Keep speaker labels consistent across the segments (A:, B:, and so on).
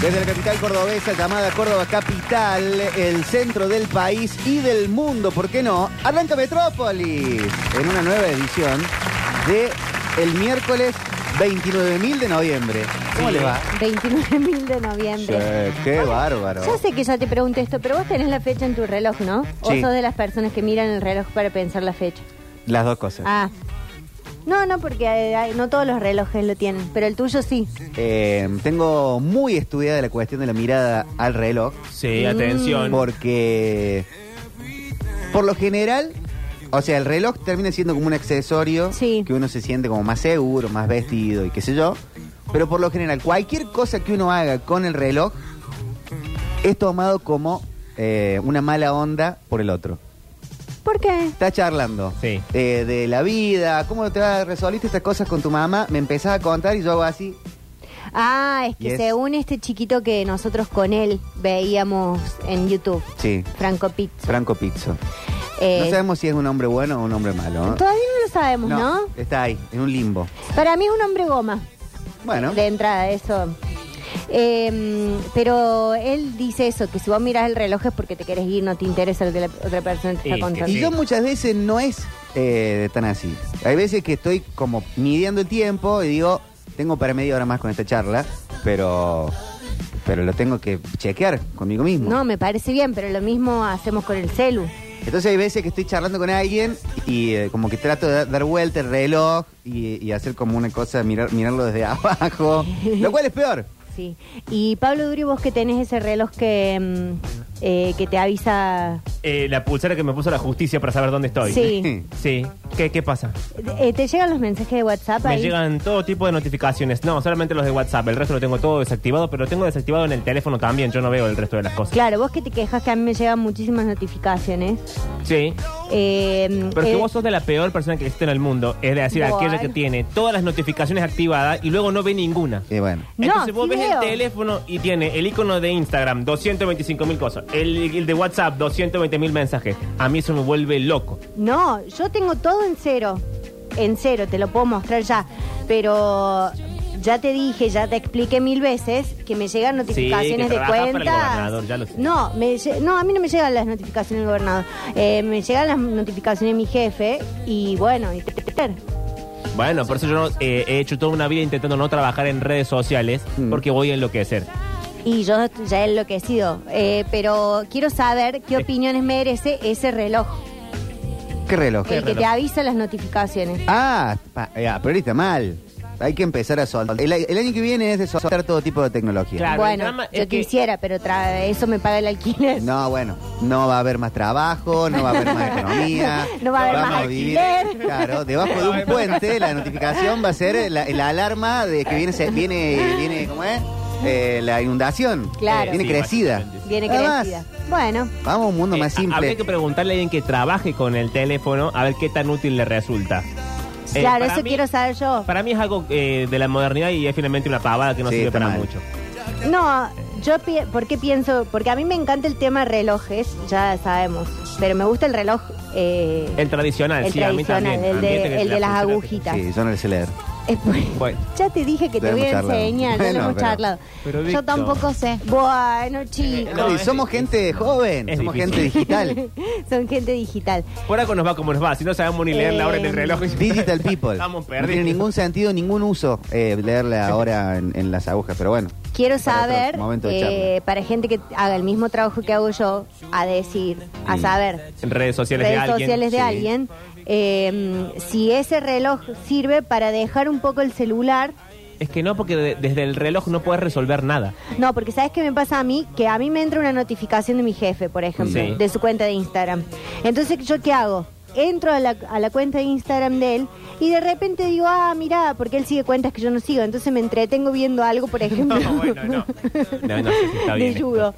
A: Desde la capital cordobesa, llamada Córdoba Capital, el centro del país y del mundo, ¿por qué no? Arranca Metrópolis en una nueva edición de el miércoles 29.000 de noviembre. ¿Cómo le va?
B: 29.000 de noviembre.
A: Sí, qué bárbaro.
B: Ya sé que ya te pregunté esto, pero vos tenés la fecha en tu reloj, ¿no? O
A: Sí.
B: sos de las personas que miran el reloj para pensar la fecha.
A: Las dos cosas.
B: Ah. No, no, porque eh, hay- no todos los relojes lo tienen, pero el tuyo sí.
A: Eh, tengo muy estudiada la cuestión de la mirada al reloj.
C: Sí,
B: Mm.
C: atención.
A: Porque por lo general, o sea, el reloj termina siendo como un accesorio
B: Sí.
A: que uno se siente como más seguro, más vestido y qué sé yo. Pero por lo general, cualquier cosa que uno haga con el reloj es tomado como eh, una mala onda por el otro.
B: ¿Por qué?
A: Está charlando
C: Sí.
A: eh, de la vida, cómo te va- resolviste estas cosas con tu mamá, me empezás a contar y yo hago así.
B: Ah, es que
A: Yes.
B: según este chiquito que nosotros con él veíamos en YouTube,
A: Sí,
B: Franco Pizzo.
A: Franco Pizzo.
B: eh,
A: no sabemos si es un hombre bueno o un hombre malo. ¿eh? ¿no?
B: Todavía no lo sabemos, ¿no?
A: Está ahí, en un limbo.
B: Para mí es un hombre goma.
A: Bueno,
B: de entrada, eso. Eh, pero él dice eso, que si vos mirás el reloj es porque te querés ir, no te interesa lo que la otra persona te
C: Y-
B: está contando.
A: y yo muchas veces no es eh, tan así. Hay veces que estoy como midiendo el tiempo y digo, tengo para media hora más con esta charla, pero pero lo tengo que chequear conmigo mismo.
B: No, me parece bien, pero lo mismo hacemos con el celu.
A: Entonces hay veces que estoy charlando con alguien y eh, como que trato de da- dar vuelta el reloj y, y hacer como una cosa, mirar, mirarlo desde abajo, lo cual es peor.
B: Sí. Y Pablo Duri, vos que tenés ese reloj que, mm, eh, que te avisa...
C: Eh, la pulsera que me puso la justicia para saber dónde estoy.
B: Sí.
C: Sí. ¿Qué, qué pasa?
B: Eh, ¿Te llegan los mensajes de WhatsApp
C: Me
B: ahí?
C: llegan todo tipo de notificaciones. No, solamente los de WhatsApp. El resto lo tengo todo desactivado, pero lo tengo desactivado en el teléfono también. Yo no veo el resto de las cosas.
B: Claro, vos que te quejas que a mí me llegan muchísimas notificaciones.
C: Sí.
B: Eh,
C: Pero es
B: eh,
C: que vos sos de la peor persona que existe en el mundo. Es decir,
B: Bueno.
C: aquella que tiene todas las notificaciones activadas y luego no ve ninguna.
A: Y bueno,
B: No,
C: Entonces vos
B: sí
C: ves
B: veo.
C: el teléfono y tiene el icono de Instagram, 225 mil cosas. El, el de WhatsApp, 220 mil mensajes. A mí eso me vuelve loco.
B: No, yo tengo todo en cero. En cero, te lo puedo mostrar ya. Pero ya te dije, ya te expliqué mil veces que me llegan notificaciones
C: que
B: de
C: trabajas para el
B: cuentas.
C: gobernador, ya lo sé.
B: No, me lle- no, a mí no me llegan las notificaciones del gobernador. Eh, me llegan las notificaciones de mi jefe y bueno, y
C: Bueno, por eso yo eh, he hecho toda una vida intentando no trabajar en redes sociales
A: Mm.
C: porque voy a enloquecer.
B: Y yo ya he enloquecido. Eh, pero quiero saber qué
C: Sí.
B: opiniones merece ese reloj,
A: ¿qué reloj?
B: el que te avisa las notificaciones.
A: Ah, pa- eh, ah, pero ahorita mal. Hay que empezar a soltar. El, el año que viene es de soltar todo tipo de tecnología.
C: Claro, el
B: bueno,
C: drama es
B: yo
C: que-
B: quisiera, pero tra- eso me paga el alquiler.
A: No, bueno, no va a haber más trabajo, no va a haber más economía.
B: No va a haber
A: Vamos
B: más
A: a vivir,
B: alquiler.
A: Claro, debajo de un puente la notificación va a ser la, la alarma de que viene, se- viene, viene ¿cómo es? Eh, la inundación.
B: Claro.
A: Viene
C: Sí,
A: crecida.
C: básicamente,
B: Viene
A: Nada más.
B: crecida. Bueno.
A: Vamos a un mundo
C: Eh,
A: más
C: a-
A: simple.
C: habría que preguntarle a alguien que trabaje con el teléfono a ver qué tan útil le resulta. Eh,
B: Claro,
C: para
B: eso
C: mí-
B: quiero saber yo.
C: Para mí es algo eh, de la modernidad y es finalmente una pavada que no
A: Sí,
C: sirve
A: está
C: para
A: mal.
C: mucho.
B: No, yo pi- ¿por qué pienso? Porque a mí me encanta el tema relojes, ya sabemos. Pero me gusta el reloj. eh,
C: El tradicional,
B: el
C: sí, a mí
B: tradicional,
C: también. A
B: el
C: mí este
B: de,
C: que
B: el
C: la
B: de las
C: pulsera que-
B: agujitas.
A: Sí, yo no le sé leer.
B: Es por-
C: Bueno.
B: Ya te dije que
A: Ya
B: te voy
A: hemos
B: a
A: charlado.
B: enseñar, ya lo
A: Bueno,
B: hemos
A: pero-
B: charlado.
C: pero
B: Yo
C: Víctor.
B: tampoco sé. Bueno, chicos.
C: no,
A: Y
C: es
A: somos
C: difícil.
A: gente joven,
C: Es
A: somos
C: difícil.
A: gente digital.
B: Son gente digital.
C: Por algo nos va como nos va, si no sabemos ni leer la hora en el
B: Eh,
C: reloj.
A: Digital people.
C: Pues, Estamos
A: No
C: perdidos.
A: tiene ningún sentido, ningún uso eh, leerla ahora en, en las agujas, pero bueno.
B: Quiero
A: Para otro
B: saber,
A: momento de
B: eh,
A: charla.
B: para gente que haga el mismo trabajo que hago yo, a decir, a
A: Mm.
B: saber,
C: En redes sociales
B: redes
C: de alguien.
B: sociales de
A: sí.
B: alguien, eh, si ese reloj sirve para dejar un poco el celular.
C: Es que no, porque de- desde el reloj no puedes resolver nada.
B: No, porque ¿sabes qué me pasa a mí? Que a mí me entra una notificación de mi jefe, por ejemplo,
C: Sí.
B: de su cuenta de Instagram. Entonces, ¿yo qué hago? Entro a la, a la cuenta de Instagram de él y de repente digo, ah, mirá, porque él sigue cuentas que yo no sigo. Entonces me entretengo viendo algo, por ejemplo,
C: No, bueno, no. No, no, sí, está bien
B: de
C: esto.
B: judo.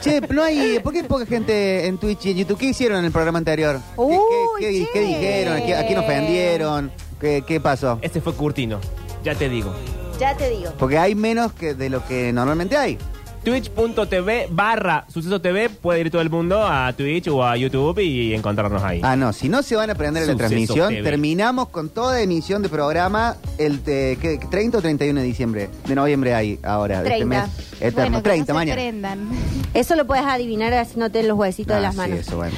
A: Che, no hay, ¿por qué hay poca gente en Twitch y en YouTube? ¿Qué hicieron en el programa anterior? ¿Qué,
B: Uy,
A: qué- qué-
B: che.
A: qué dijeron? ¿A quién, a quién ofendieron? ¿Qué, qué pasó?
C: Este fue Curtino, ya te digo.
B: Ya te digo.
A: Porque hay menos que de lo que normalmente hay.
C: Twitch.tv barra Suceso TV. Puede ir todo el mundo a Twitch o a YouTube y encontrarnos ahí.
A: Ah, no, si no se van a prender en la
C: Suceso
A: transmisión,
C: TV.
A: terminamos con toda emisión de programa el te- ¿qué? 30 o 31 de diciembre, de noviembre hay ahora, de este
B: 30.
A: mes eterno,
D: Bueno, que
A: 30
D: no se
A: mañana.
D: prendan.
B: Eso lo puedes adivinar haciéndote los huesitos de
A: Ah,
B: las
A: sí,
B: manos.
A: eso, bueno.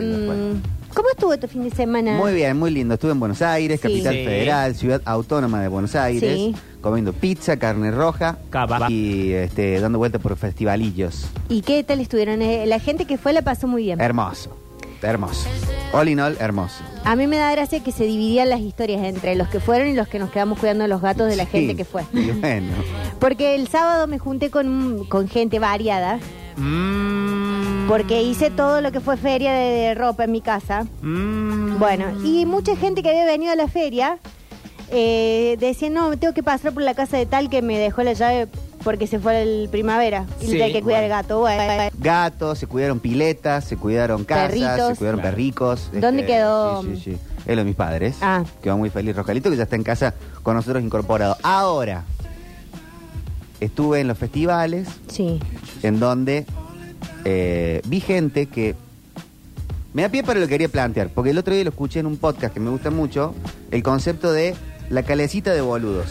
A: Cosas que después.
B: ¿Cómo estuvo tu fin de semana?
A: Muy bien, muy lindo. Estuve en Buenos Aires,
B: Sí.
A: capital
C: Sí.
A: federal, ciudad autónoma de Buenos Aires,
B: Sí.
A: comiendo pizza, carne roja
C: Cava.
A: y este, dando vueltas por festivalillos.
B: ¿Y qué tal estuvieron? Eh, La gente que fue la pasó muy bien.
A: Hermoso, hermoso. All in all, hermoso.
B: A mí me da gracia que se dividían las historias entre los que fueron y los que nos quedamos cuidando de los gatos de la
A: Sí.
B: gente que fue.
A: Y bueno,
B: Porque el sábado me junté con, con gente variada,
C: Mm,
B: porque hice todo lo que fue feria de, de ropa en mi casa.
C: mm.
B: Bueno, y mucha gente que había venido a la feria eh, decía, no, tengo que pasar por la casa de tal que me dejó la llave porque se fue el primavera y
C: Sí,
B: le tenía que cuidar
C: bueno.
B: el gato. Bueno,
A: gatos, se cuidaron piletas, se cuidaron casas, se
B: Perritos.
A: cuidaron
C: Claro.
A: perricos. este,
B: ¿Dónde quedó?
A: Sí, sí, sí. Es lo de mis padres.
B: Ah.
A: Quedó muy feliz Rojalito, que ya está en casa con nosotros incorporado. Ahora, estuve en los festivales.
B: sí.
A: en donde eh, vi gente que me da pie para lo que quería plantear, porque el otro día lo escuché en un podcast que me gusta mucho, el concepto de la calecita de boludos.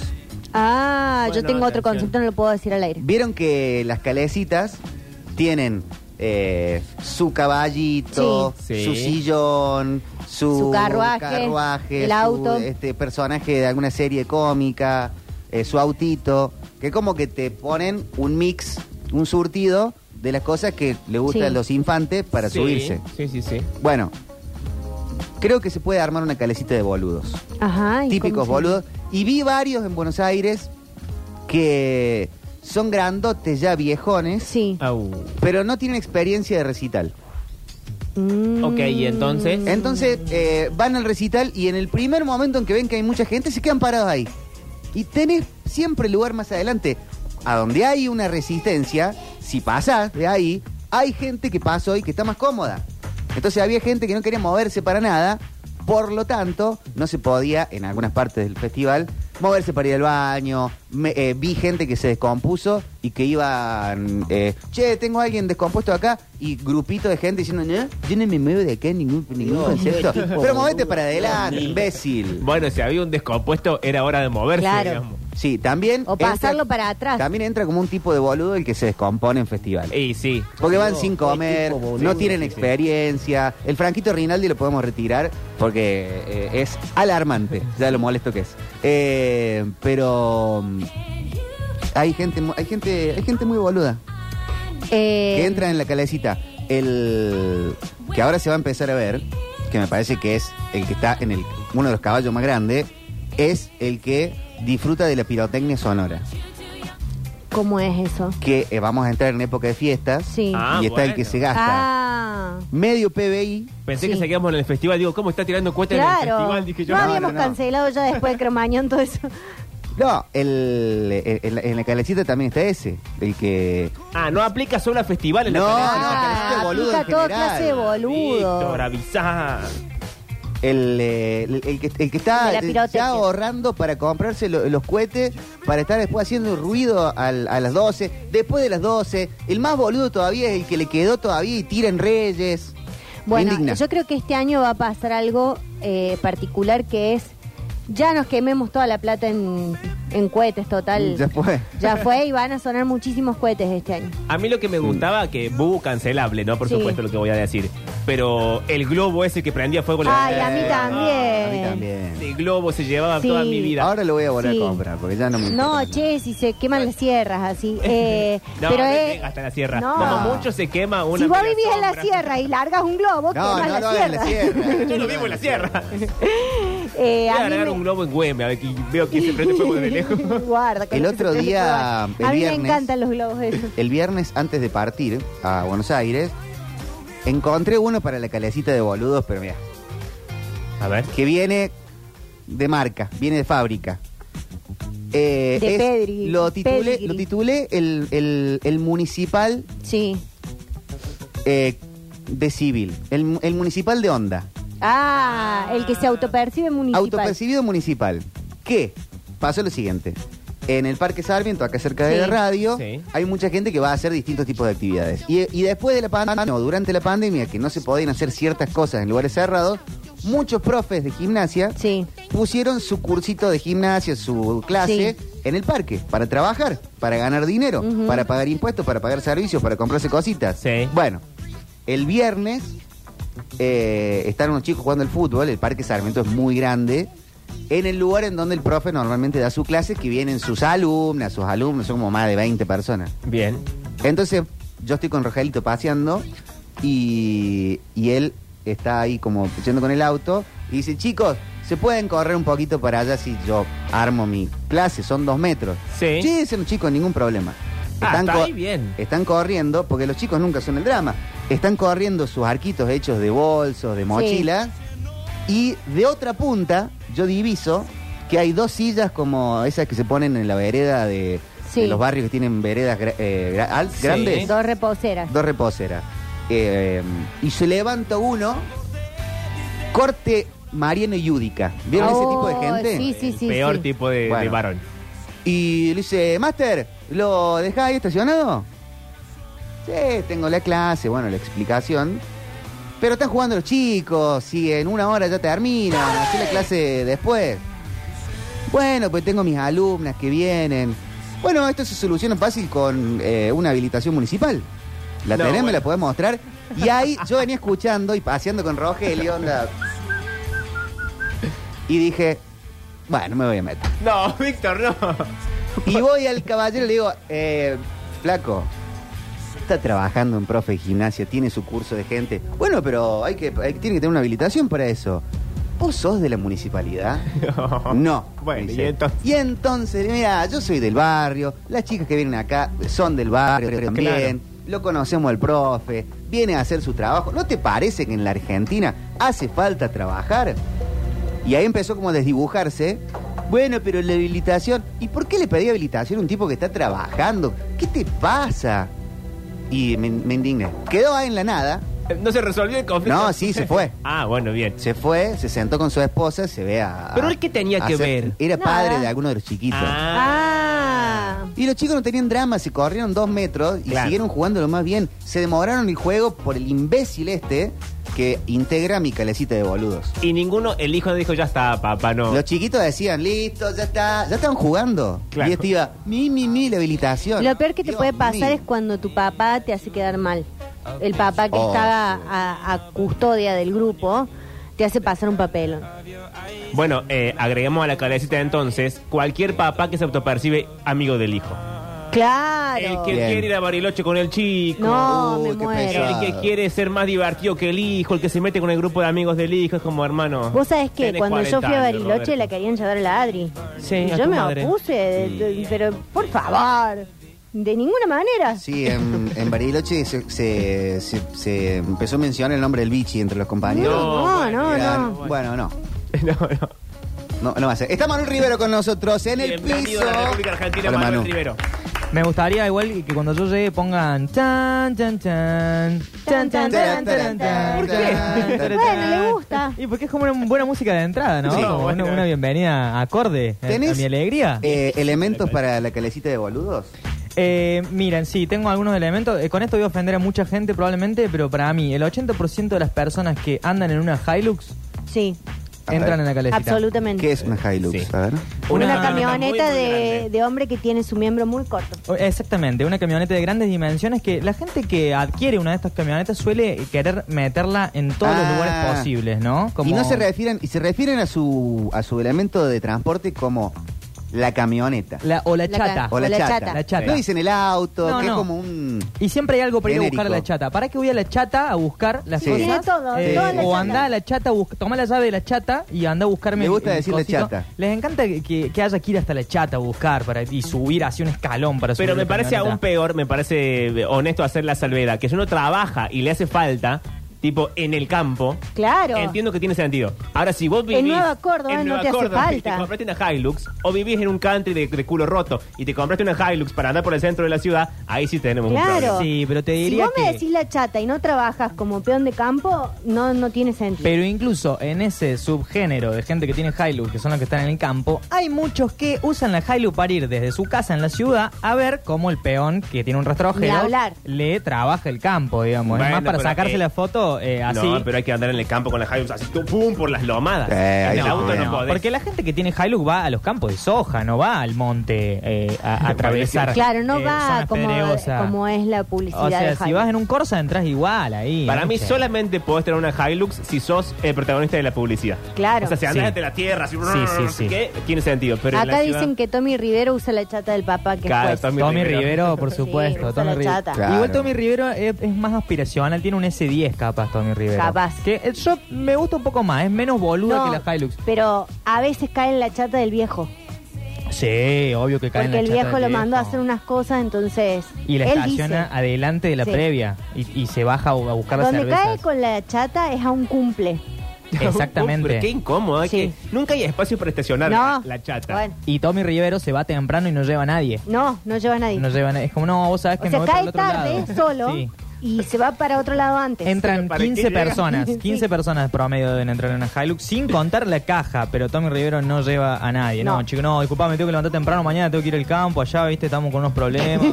B: Ah, yo
C: Bueno,
B: tengo otro
C: atención.
B: concepto, no lo puedo decir al aire.
A: Vieron que las calecitas tienen eh, su caballito,
C: Sí. Sí.
A: su sillón, su,
B: Su carruaje,
A: carruaje,
B: el
A: su,
B: auto.
A: este personaje de alguna serie cómica, eh, su autito, que como que te ponen un mix, un surtido de las cosas que le gustan
B: Sí.
A: a los infantes para
C: Sí,
A: subirse.
C: Sí, sí, sí.
A: Bueno, creo que se puede armar una calecita de boludos
B: Ajá. ¿y cómo
A: típicos
B: se-
A: boludos. Y vi varios en Buenos Aires que son grandotes ya viejones,
B: Sí.
C: Au.
A: pero no tienen experiencia de recital.
C: Ok, ¿y entonces?
A: Entonces eh, van al recital y en el primer momento en que ven que hay mucha gente se quedan parados ahí. Y tenés siempre lugar más adelante. A donde hay una resistencia, si pasás de ahí, hay gente que pasó y que está más cómoda. Entonces había gente que no quería moverse para nada, por lo tanto, no se podía, en algunas partes del festival, moverse para ir al baño. Me- eh, vi gente que se descompuso y que iban, eh, che, tengo a alguien descompuesto acá, y grupito de gente diciendo, no, yo no me muevo de acá en ningún, ningún concepto. Pero movete para adelante, imbécil.
C: Bueno, si había un descompuesto, era hora de moverse,
B: Claro.
C: digamos.
A: Sí, también.
B: O pasarlo para atrás.
A: También entra como un tipo de boludo el que se descompone en festivales.
C: Y sí.
A: Porque van
E: No,
A: sin comer,
E: tipo boludo,
A: no tienen
C: sí, sí.
A: experiencia. El Franquito Rinaldi lo podemos retirar porque eh, es alarmante, ya lo molesto que es. Eh, pero mm, hay gente, mu- hay gente, hay gente muy boluda
B: Eh,
A: que entra en la calecita. El que ahora se va a empezar a ver, que me parece que es el que está en el uno de los caballos más grandes, es el que disfruta de la pirotecnia sonora.
B: ¿Cómo es eso?
A: Que eh, vamos a entrar en época de fiestas
B: Sí.
C: Ah,
A: y está el que
C: bueno.
A: se gasta
B: Ah.
A: medio PBI
C: Pensé
B: Sí.
C: que seguíamos en el festival. Digo, ¿cómo está tirando cuenta en el
B: Claro,
C: festival? Dije yo.
B: no
A: no,
B: habíamos
A: no, no.
B: cancelado ya después de Cromañón todo eso.
A: No, el, el- el- en la calecita también está ese, el que...
C: Ah, no aplica solo a festivales. la
A: No,
C: calecita.
A: no,
B: Ah,
A: carecita de boludo
B: aplica
A: en
B: toda
A: general.
B: clase de boludo.
C: Víctor, avisá.
A: El, eh, el- el que, el que
B: De
A: está
B: la
A: eh,
B: pirotecnia.
A: ya ahorrando para comprarse lo- los cohetes, para estar después haciendo ruido al- a las 12, después de las 12. El más boludo todavía es el que le quedó todavía y tira en Reyes.
B: Bueno,
A: Me indigna.
B: yo creo que este año va a pasar algo eh, particular que es, ya nos quememos toda la plata en, en cohetes total.
A: Ya fue.
B: Ya fue y van a sonar muchísimos cohetes este año.
C: A mí lo que me gustaba, que Bubu cancelable, ¿no? Por
B: Sí.
C: supuesto lo que voy a decir. Pero el globo ese que prendía fuego la...
B: Ay, a mí
A: Eh,
B: también.
A: A mí también.
C: El globo se llevaba
B: Sí.
C: toda mi vida.
A: Ahora lo voy a volver
B: Sí.
A: a comprar, porque ya no me...
B: No,
A: importa.
B: che, si se queman las sierras así. Eh,
C: no,
B: pero
C: no
B: es-
C: llega hasta la sierra.
B: No.
C: Como mucho se quema una...
B: si vos
C: mega
B: vivís en la
C: sombra.
B: sierra y largas un globo,
A: No,
B: quemas
A: no
B: la,
A: lo hagan en
B: sierra.
A: la sierra.
C: Yo lo vivo en la sierra.
B: Eh,
C: Voy
B: a
C: a
B: mí
C: agarrar
B: me-
C: un globo en Güeme, a ver que veo que se prende fuego de lejos.
B: Guarda, con
A: El
B: lo que
A: otro
B: se prende
A: día,
B: fuego.
A: el
B: a mí me
A: viernes-
B: encantan los globos esos.
A: El viernes antes de partir a Buenos Aires, encontré uno para la calecita de boludos, pero mira,
C: A ver.
A: que viene de marca, viene de fábrica. Eh,
B: De Pedri-
A: Lo titulé,
B: Pedigrí.
A: lo titulé el, el- el municipal
B: Sí.
A: eh, de civil, el, el municipal de onda,
B: Ah, el que se autopercibe municipal.
A: autopercibido municipal. ¿Qué? Pasó lo siguiente. en el Parque Sarmiento, acá cerca de
B: Sí.
A: la radio,
C: Sí.
A: hay mucha gente que va a hacer distintos tipos de actividades. Y, y después de la pandemia, o durante la pandemia, que no se podían hacer ciertas cosas en lugares cerrados, muchos profes de gimnasia
B: Sí.
A: pusieron su cursito de gimnasia, su clase, en el parque, para trabajar, para ganar dinero,
B: Ujú.
A: para pagar impuestos, para pagar servicios, para comprarse cositas.
C: Sí.
A: Bueno, el viernes eh, están unos chicos jugando al fútbol, el Parque Sarmiento es muy grande, en el lugar en donde el profe normalmente da su clase, que vienen sus alumnas, sus alumnos, son como más de 20 personas.
C: Bien.
A: Entonces, yo estoy con Rogelito paseando y, y él está ahí como yendo con el auto y dice, chicos, ¿se pueden correr un poquito para allá si yo armo mi clase? Son dos metros.
C: Sí.
A: Sí, dicen los chicos, ningún problema.
C: Ah, está
A: co-
C: ahí bien.
A: Están corriendo, porque los chicos nunca son el drama, están corriendo sus arquitos hechos de bolsos, de mochilas, y de otra punta yo diviso que hay dos sillas como esas que se ponen en la vereda de,
B: Sí.
A: de los barrios que tienen veredas gra- eh, gra- al-
C: Sí.
A: grandes,
B: Dos reposeras.
A: dos reposeras. Eh, y se levanta uno, corte Mariano Yúdica. ¿Vieron ese tipo de
B: Oh,
A: gente?
B: Sí, sí,
C: El
B: sí,
C: peor
B: sí.
C: tipo de, de
A: Bueno.
C: varón.
A: Y le dice, Master, ¿lo dejás ahí estacionado? Sí, tengo la clase, bueno, la explicación. Pero están jugando los chicos, si en una hora ya terminan, hacer la clase después. Bueno, pues tengo mis alumnas que vienen. Bueno, esto se soluciona fácil con eh, una habilitación municipal. La
C: No,
A: tenemos,
C: bueno.
A: la podemos mostrar. Y ahí yo venía escuchando y paseando con Rogelio, onda. Y dije, bueno, me voy a meter.
C: No, Víctor, no.
A: Y voy al caballero y le digo, eh, flaco, está trabajando en profe de gimnasia, tiene su curso de gente. Bueno, pero hay que, hay- tiene que tener una habilitación para eso. ¿Vos sos de la municipalidad? No.
C: Ah, Bueno,
A: me
C: y
A: dice.
C: entonces.
A: Y entonces, mira, yo soy del barrio, las chicas que vienen acá son del barrio también, lo conocemos al profe, viene a hacer su trabajo. ¿No te parece que en la Argentina hace falta trabajar? Y ahí empezó como a desdibujarse. Bueno, pero la habilitación. ¿Y por qué le pedí habilitación a un tipo que está trabajando? ¿Qué te pasa? Y me, me indigné. Quedó ahí en la nada.
C: Eh, ¿No se resolvió el conflicto?
A: No, sí, se fue.
C: ah, bueno, bien.
A: Se fue, se sentó con su esposa, se ve a.
C: Pero él qué tenía
A: a
C: que
A: hacer-
C: ver?
A: Era padre
B: Nada.
A: de alguno de los chiquitos.
C: Ah,
B: Ah.
A: Y los chicos no tenían drama, se corrieron dos metros y
C: Claro.
A: siguieron jugando lo más bien. Se demoraron el juego por el imbécil este que integra mi calecita de boludos.
C: Y ninguno, el hijo dijo, ya está, papá, no.
A: Los chiquitos decían, listo, ya está, ya están jugando.
C: Claro.
A: Y este iba, mi, mi, mi, la habilitación.
B: Ah. Lo peor que te
A: Dios
B: puede pasar
A: mío.
B: es cuando tu papá te hace quedar mal. El papá que
A: Oh,
B: está a, a custodia del grupo te hace pasar un papelón.
C: Bueno, eh, agregamos a la cabecita entonces cualquier papá que se autopercibe amigo del hijo. El
B: Claro.
C: que
A: Bien.
C: quiere ir a Bariloche con el chico.
B: No,
A: Uy,
B: me
A: Uh, qué
B: muero.
A: pesado.
C: El que quiere ser más divertido que el hijo, el que se mete con el grupo de amigos del hijo, es como hermano.
B: Vos sabés que
C: tenés
B: cuando yo
C: 40
B: fui a
C: años,
B: Bariloche la
C: Roberto.
B: querían llevar a la Adri.
C: Sí,
B: Y
C: a
B: yo
C: tu
B: me
C: madre.
B: opuse, de- de- pero por favor, de ninguna manera.
A: Sí, en, en Bariloche se, se- se- se empezó a mencionar el nombre del bichi entre los compañeros.
B: no, no, no.
A: Eran- Bueno, no.
C: no, no.
A: No, no va a ser. Está Manuel Rivero con nosotros en el
C: Bienvenido
A: piso.
C: a la República Argentina,
A: Hola,
C: Manuel
A: Manu.
C: Rivero.
D: Me gustaría igual que cuando yo llegue pongan tan tan tan tan tan tan tan tan.
A: ¿Por qué?
B: Bueno, le gusta.
D: Y porque es como una buena música de entrada, ¿no?
C: Sí.
D: Como
C: Bueno.
D: una, una bienvenida acorde eh, a, a
A: ¿Tenés?
D: mi alegría.
A: Eh, ¿Elementos para la calecita de boludos?
D: Eh, miren, sí, tengo algunos elementos. Eh, con esto voy a ofender a mucha gente probablemente, pero para mí el 80% de las personas que andan en una Hilux
B: Sí,
A: A ver.
D: entran en la calecita.
B: absolutamente.
A: ¿Qué es una Hilux?
C: Sí.
A: A ver.
B: Una,
D: Una-
B: camioneta
C: muy, muy
B: de,
C: grande.
B: de hombre que tiene su miembro muy corto.
D: O- Oh, Exactamente, una camioneta de grandes dimensiones que la gente que adquiere una de estas camionetas suele querer meterla en todos los
A: Ah.
D: lugares posibles, ¿no?
A: Y no se refieren, y se refieren a su, a su elemento de transporte como la camioneta.
D: la, o la
B: La
D: chata.
B: ca-
A: o la, chata.
D: La chata.
A: No dicen el auto,
D: No,
A: que es
D: no.
A: como un.
D: Y siempre hay algo para ir a buscar a la
A: Genérico.
D: chata. ¿Para qué voy a la chata a buscar las
A: Sí.
D: cosas? Eh,
B: Tiene todo, toda la
D: o
B: chata.
D: anda a la chata, busca, toma la llave de la chata y anda a buscarme.
A: Me gusta
D: el
A: decirle
D: cosito.
A: chata.
D: Les encanta que- que, que haya que ir hasta la chata a buscar para, y subir así un escalón para subir.
C: Pero me eh,
D: la
C: parece
D: camioneta.
C: aún peor, me parece honesto hacer la salvedad, que si uno trabaja y le hace falta, tipo en el campo,
B: Claro.
C: entiendo que tiene sentido. Ahora, si vos vivís.
B: Nueva Córdoba no te hace
C: y te
B: falta.
C: compraste una Hilux, o vivís en un country de, de culo roto y te compraste una Hilux para andar por el centro de la ciudad, ahí sí tenemos un
B: Claro.
C: problema.
D: Sí, pero te
B: Si
D: diría
B: vos me
D: que-
B: decís la chata y no trabajas como peón de campo, no, no tiene sentido.
D: Pero incluso en ese subgénero de gente que tiene Hilux, que son los que están en el campo, hay muchos que usan la Hilux para ir desde su casa en la ciudad a ver cómo el peón que tiene un
B: Ni
D: rastrojero
B: hablar.
D: le trabaja el campo, digamos. es
C: Bueno,
D: más para
C: pero
D: sacarse
C: que-
D: la foto eh, así.
C: No, Ah, pero hay que andar en el campo con la Hilux así, tú, pum, por las lomadas.
A: Eh, ahí
C: en el
A: no,
C: auto no,
A: no,
C: podés.
D: Porque la gente que tiene Hilux va a los campos de soja, no va al monte eh, a, a atravesar.
B: claro, no
D: eh,
B: va
D: zonas
B: como,
D: pedregosas.
B: como es la publicidad
D: O
B: de
D: sea, si
B: Jaime.
D: vas en un Corsa entras igual ahí.
C: Para
D: ¿no?
C: mí
D: Che.
C: solamente podés tener una Hilux si sos el protagonista de la publicidad.
B: Claro.
C: O sea, si andas
D: Sí.
C: de la tierra, así,
D: Sí, sí,
C: no
D: sí.
C: sé qué, tiene sentido. Pero en
B: Acá
C: la
B: dicen
C: ciudad-
B: que Tommy Rivero usa la chata del papá, que
C: Claro,
B: es juez.
C: Tommy
D: Tommy
C: Rivero.
D: Rivero, por
B: Sí,
D: supuesto.
B: usa
D: Tommy
B: la
D: Rivero.
B: chata.
A: Claro.
D: Igual Tommy Rivero es, es más aspiracional, tiene un S10 capaz Tommy Rivero.
B: Capaz.
D: Que eh, yo me gusta un poco más, es menos boluda que la Hilux.
B: Pero a veces cae en la chata del viejo.
D: Sí, obvio que cae en
B: Porque
D: la
B: el
D: chata
B: viejo
D: del
B: lo mandó a
D: viejo.
B: hacer unas cosas, entonces.
D: Y la
B: él
D: estaciona
B: dice,
D: adelante de la
B: Sí.
D: previa y, y se baja a a buscar las
B: Donde cae
D: cervezas.
B: con la chata es a un cumple.
D: Exactamente.
C: Pero qué incómodo. hay
B: Sí.
C: que- nunca hay espacio para estacionar
B: no.
C: la chata.
B: Bueno,
D: Y Tommy Rivero se va temprano y no lleva a nadie.
B: no, no lleva a nadie.
D: No lleva a nadie. Es como, no, vos sabés que
B: o sea,
D: me voy para el
B: cae
D: otro
B: tarde
D: lado.
B: solo
D: Sí.
B: y se va para otro lado antes.
D: Entran
C: Pero ¿para qué
D: 15
C: llega?
D: personas,
B: Sí.
D: 15 personas promedio deben entrar en una Hilux, sin contar la caja, pero Tommy Rivero no lleva a nadie. No,
B: No.
D: chico, no, disculpa, me tengo que levantar temprano, mañana tengo que ir al campo, allá, viste, estamos con unos problemas.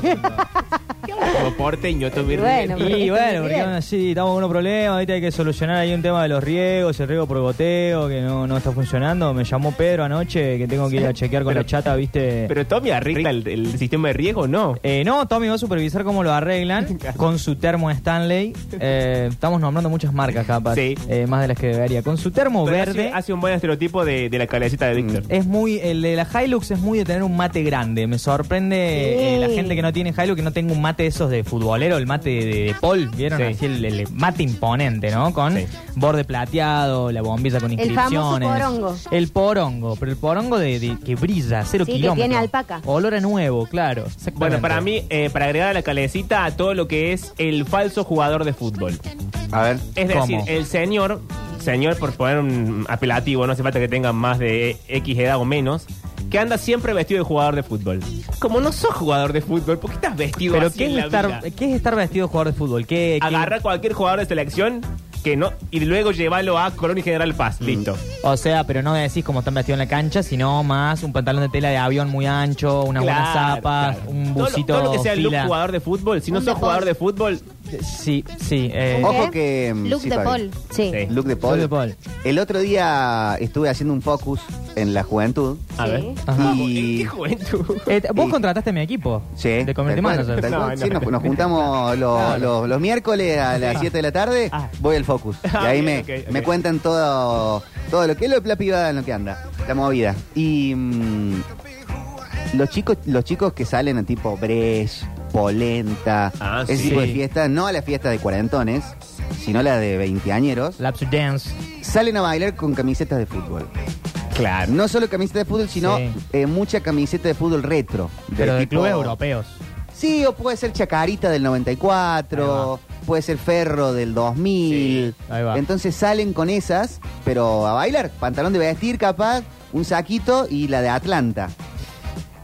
C: Como porteño, Tommy
B: Bueno,
C: Rivero.
D: y
B: Bien,
D: bueno,
B: bien.
D: porque, sí, estamos con unos problemas, viste, hay que solucionar ahí un tema de los riegos, el riego por goteo, que no, no está funcionando. Me llamó Pedro anoche, que tengo que ir a chequear con
C: Pero-
D: la chata, viste.
C: Pero Tommy arregla el, el sistema de riesgo, no.
D: Eh, no, Tommy va a supervisar cómo lo arreglan con su termo Stanley. Eh, estamos nombrando muchas marcas, capaz.
C: Sí.
D: Eh, más de las que debería. Con su termo
C: Pero
D: verde.
C: Hace, hace un buen estereotipo de, de la cabecita de Víctor.
D: Es muy, el de la Hilux es muy de tener un mate grande. Me sorprende
B: Sí.
D: eh, la gente que no tiene Hilux que no tenga un mate de esos de futbolero, el mate de, de Paul, ¿vieron?
C: Sí.
D: Así el, el mate imponente, ¿no? Con
C: Sí.
D: borde plateado, la bombilla con
B: El famoso
D: inscripciones.
B: porongo.
D: El porongo, pero el porongo de, de- que brilla, cero
B: Sí, que
D: kilómetros.
B: tiene alpaca.
D: Olor a nuevo, claro.
C: Bueno,
D: exactamente.
C: para mí, eh, para agregar a la calecita a todo lo que es el falso jugador de fútbol.
A: A ver.
C: Es decir,
D: ¿Cómo?
C: el señor, señor por poner un apelativo, no hace falta que tenga más de X edad o menos, que anda siempre vestido de jugador de fútbol. Como no sos jugador de fútbol, ¿por qué estás vestido
D: Pero
C: así
D: ¿qué
C: en
D: es,
C: la
D: estar,
C: vida?
D: ¿qué es estar vestido de jugador de fútbol? ¿Qué, qué-
C: Agarra cualquier jugador de selección que no y luego llévalo a Colón y General Paz,
D: Mm.
C: listo.
D: O sea, pero no decís cómo están vestidos en la cancha, sino más un pantalón de tela de avión muy ancho, una buena
C: Claro,
D: zapa,
C: claro.
D: un
C: Todo lo-
D: busito
C: Todo lo, que sea el look
D: fila.
C: jugador de fútbol, si no
B: Un
C: sos
B: de
C: jugador
B: Paul.
C: de fútbol,
D: Sí, sí. eh,
A: Ojo que. mm,
E: Look
A: sí,
E: de
A: Fabi.
E: Paul.
B: Sí.
C: Sí.
A: Look de
D: Look
A: Paul.
D: de Paul.
A: El otro día estuve haciendo un focus en la juventud.
C: a
B: Sí.
C: ver.
D: Ajá.
A: Y-
C: ¿Qué juventud?
D: eh, vos
A: y-
D: contrataste mi equipo.
A: Sí.
D: De
A: tal
D: community
A: cual,
D: manager.
A: tal
C: No,
A: cual.
C: no.
A: Sí, nos, nos juntamos los,
D: Claro.
A: los- los miércoles a las 7 de la tarde,
D: Ah.
A: voy al Focus. Y
C: Ah,
A: ahí
C: bien,
A: me,
C: ok, ok.
A: me cuentan todo, todo lo que es lo de la privada en lo que anda, la movida. Y mm, los chicos los chicos que salen a tipo Bresh, Polenta,
C: Ah,
A: ese
C: sí.
A: tipo de
D: Sí.
A: fiestas, no a la fiesta de cuarentones, sino la de veinteañeros,
D: Lapsus Dance.
A: salen a bailar con camisetas de fútbol.
C: Claro.
A: No solo camiseta de fútbol, sino
D: Sí.
A: eh, mucha camiseta de fútbol retro.
D: Pero de
A: tipo-
D: clubes europeos.
A: Sí, o puede ser Chacarita del 94, puede ser Ferro del 2000.
D: Sí, ahí va.
A: Entonces salen con esas, pero a bailar. Pantalón de vestir capaz, un saquito y la de Atlanta.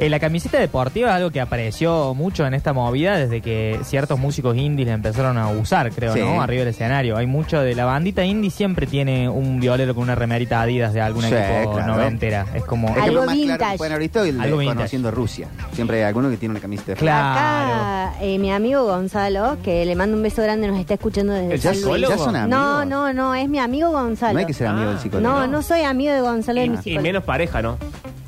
D: Eh, la camiseta deportiva es algo que apareció mucho en esta movida desde que ciertos músicos indies la empezaron a usar, creo,
A: Sí.
D: ¿no? Arriba del escenario. Hay mucho de la bandita indie, siempre tiene un violero con una remerita Adidas de algún
A: Sí,
D: equipo
A: claro.
D: noventera. Es como.
A: Es que
B: Algo
A: lo más claro
B: vintage.
A: que pueden haber visto es el de
D: Algo vintage.
A: conociendo Rusia. Siempre hay alguno que tiene una camiseta de fútbol.
D: Claro.
B: Acá eh, mi amigo Gonzalo, que le mando un beso grande, nos está escuchando desde
C: ¿El
A: ¿Ya,
B: San
A: son-
B: Luis.
A: ya son amigos.
B: No, no, no, es mi amigo Gonzalo.
A: No hay que ser amigo del
C: Ah.
A: psicólogo.
B: no, no soy amigo de Gonzalo de mi
C: Y, y
B: psicólogo.
C: menos pareja, ¿no?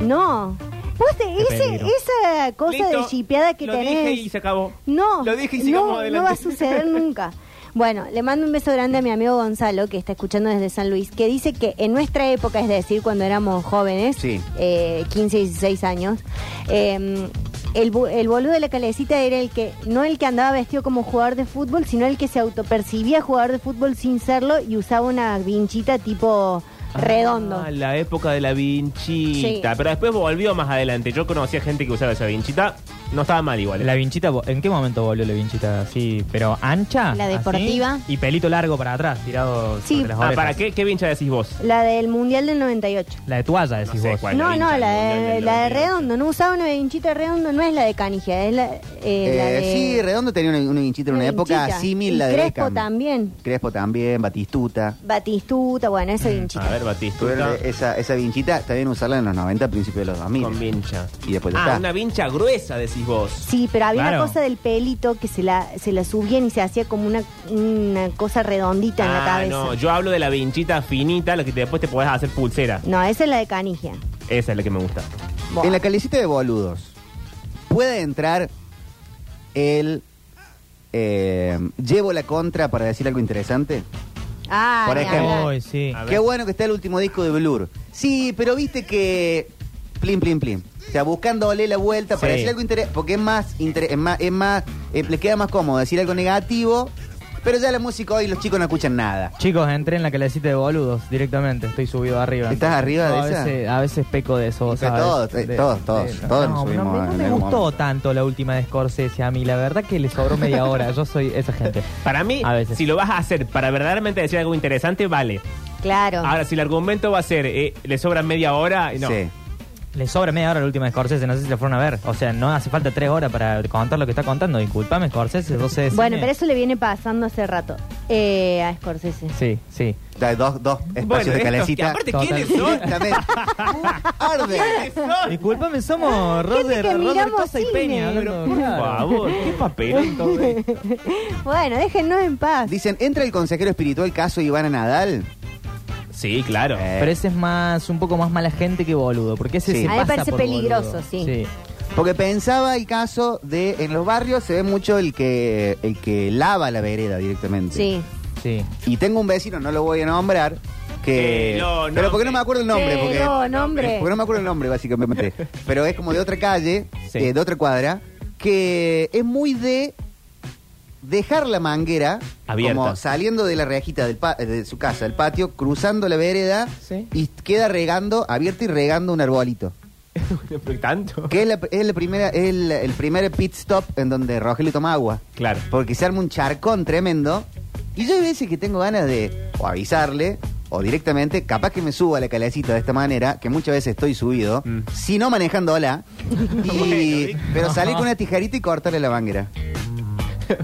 B: No. Vos te-
D: Qué
B: ese-
D: peligro.
B: esa cosa
C: Listo,
B: de chipeada que
C: lo
B: tenés.
C: dije y se acabó.
B: No,
C: Lo dije y sigamos
B: no, no
C: adelante.
B: va a suceder nunca. Bueno, le mando un beso grande a mi amigo Gonzalo, que está escuchando desde San Luis, que dice que en nuestra época, es decir, cuando éramos jóvenes,
A: Sí.
B: eh, 15, 16 años, eh, el, bu- el boludo de la calecita era el que, no el que andaba vestido como jugador de fútbol, sino el que se autopercibía jugador de fútbol sin serlo y usaba una vinchita tipo redondo.
C: Ah, la época de la vinchita.
B: Sí.
C: Pero después volvió más adelante. Yo conocía gente que usaba esa vinchita. No estaba mal igual. ¿eh?
D: La vinchita, vo- ¿en qué momento volvió la vinchita así? Pero ancha.
B: La
D: así,
B: deportiva.
D: y pelito largo para atrás, tirado
B: Sí.
D: sobre las
C: Ah,
D: orejas.
C: ¿para qué, qué vincha decís vos?
B: La del Mundial del 98.
D: La de toalla, decís
C: sé
D: vos.
C: cuál. Bueno,
B: No, no,
C: hincha
B: la
C: del Mundial
B: de,
C: del
B: la de
C: 98.
B: redondo. No usaba una vinchita redondo, no es la de Canigia, es la, eh, la
A: Eh,
B: de...
A: Sí, Redondo tenía una, una hinchita en una
B: Una
A: época
B: hinchita.
A: similar
B: Y
A: la de
B: Crespo
A: Beckham.
B: también.
A: Crespo también, Batistuta.
B: Batistuta, bueno, esa vinchita.
C: A ver, Batistuta.
A: Tuvieron Esa, esa vinchita también usarla en los 90, principios de los 2000.
C: Con vincha.
A: Y después ya
C: ah,
A: está.
C: una vincha gruesa decís vos.
B: Sí, pero había
D: Claro.
B: una cosa del pelito que se la, se la subían y se hacía como una, una cosa redondita en la
C: Ah,
B: cabeza.
C: no, yo hablo de la vinchita finita, la que te- después te podés hacer pulsera.
B: No, esa es la de Canigia.
C: Esa es la que me gusta.
B: Buah.
A: En la calecita de boludos puede entrar el eh, llevo la contra para decir algo interesante.
B: Ah,
A: por
B: ni
A: ejemplo.
B: hablar.
D: Uy, sí.
C: A ver.
A: Qué bueno que está el último disco de Blur. Sí, pero viste que plin plin plin. O sea, buscándole la vuelta para
D: Sí.
A: decir algo interesante, porque es más inter- es más es más eh, les queda más cómodo decir algo negativo, pero ya la música hoy los chicos no escuchan nada.
D: Chicos, entré en la calecita de boludos directamente. Estoy subido arriba.
A: ¿Estás arriba de
D: No, a
A: esa?
D: Veces, a veces peco de eso.
A: Pero
D: ¿sabes?
A: todos, eh,
D: De-
A: todos, todos,
D: de-
A: todos nos
D: no, no,
A: subimos
D: me- no
A: en
D: me
A: algún
D: gustó
A: momento.
D: tanto la última de Scorsese a mí. La verdad que le sobró media hora. Yo soy esa gente.
C: Para mí,
D: A veces.
C: si lo vas a hacer para verdaderamente decir algo interesante, vale.
B: Claro.
C: Ahora, si el argumento va a ser, eh, le sobra media hora, no.
A: Sí.
D: Le sobra media hora la última de Scorsese. No sé si la fueron a ver. O sea, no hace falta tres horas para contar lo que está contando. Disculpame, Scorsese. 12 de
B: bueno,
D: cine.
B: pero eso le viene pasando hace rato eh, a Scorsese.
D: Sí, sí.
A: Da Dos, dos espacios
C: Bueno,
A: de
C: estos que
A: calecita.
C: aparte,
D: Total.
C: ¿quiénes son?
A: Directamente. Arde.
C: ¿Quiénes son?
D: Disculpame, somos Roger,
B: que
D: Roger
B: miramos
D: Cosa y
B: cine.
D: Peña. hablando, Eh.
C: Pero, por
D: claro.
C: favor, qué papelón todo esto.
B: Bueno, déjennos en paz.
A: Dicen, ¿entra el consejero espiritual caso Ivana Nadal?
C: Sí, claro.
A: Eh,
D: Pero ese es más, un poco más mala gente que boludo, porque ese
A: Sí.
D: se
A: A mí
B: me
D: pasa
B: parece
D: por
B: peligroso,
D: boludo.
B: sí.
A: Porque pensaba el caso de en los barrios se ve mucho el que el que lava la vereda directamente.
B: Sí.
D: sí.
A: Y tengo un vecino, no lo voy a nombrar, que
C: Que no,
A: pero
C: no,
A: porque no
C: que-
A: me acuerdo el nombre,
B: Sí,
A: porque
B: no, nombre.
A: porque no me acuerdo el nombre básicamente, pero es como de otra calle,
D: Sí.
A: eh, de otra cuadra, que es muy de dejar la manguera
C: Abierta.
A: como saliendo de la rejita del pa- de su casa, el patio, cruzando la vereda
D: Sí.
A: y queda regando, abierta y regando un arbolito.
C: Pero tanto.
A: Que es, la- es la primera, es el, el primer pit stop en donde Rogelio toma agua.
C: Claro.
A: Porque se arma un charcón tremendo. Y yo hay veces que tengo ganas de o avisarle o directamente, capaz que me suba a la calecita de esta manera, que muchas veces estoy subido,
C: Mm.
A: si no manejándola, y-
C: Víctor.
A: pero salir con una tijarita y cortarle la manguera.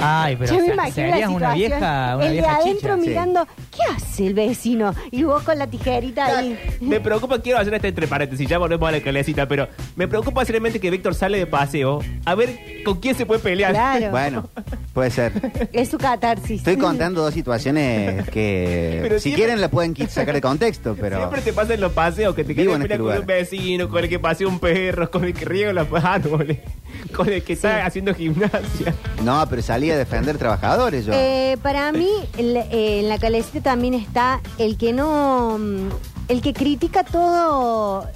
D: Ay, pero
B: Yo me
D: se-
B: imagino la
D: serías
B: situación.
D: una vieja, una
B: el
D: vieja
B: de
D: chicha.
B: adentro
A: sí.
B: mirando, ¿qué hace el vecino? Y vos con la tijerita ahí.
C: Me preocupa, quiero hacer este entre paréntesis, ya volvemos a la calecita, pero me preocupa seriamente que Víctor sale de paseo a ver con quién se puede pelear.
B: Claro.
A: Bueno, puede ser.
B: Es su catarsis.
A: Estoy contando dos situaciones que
C: Pero
A: si
C: siempre-
A: quieren la pueden qui- sacar de contexto, pero...
C: Siempre te pasa en los paseos que te
A: Vivo
C: quieres
A: en
C: pelear
A: este
C: con
A: lugar.
C: un vecino, con el que pasea un perro, con el que riega los árboles, con el que está haciendo gimnasia.
A: No, pero salí a defender trabajadores yo.
B: Eh, para mí, el- eh, en la calecita también está el que no. mm, El que critica todo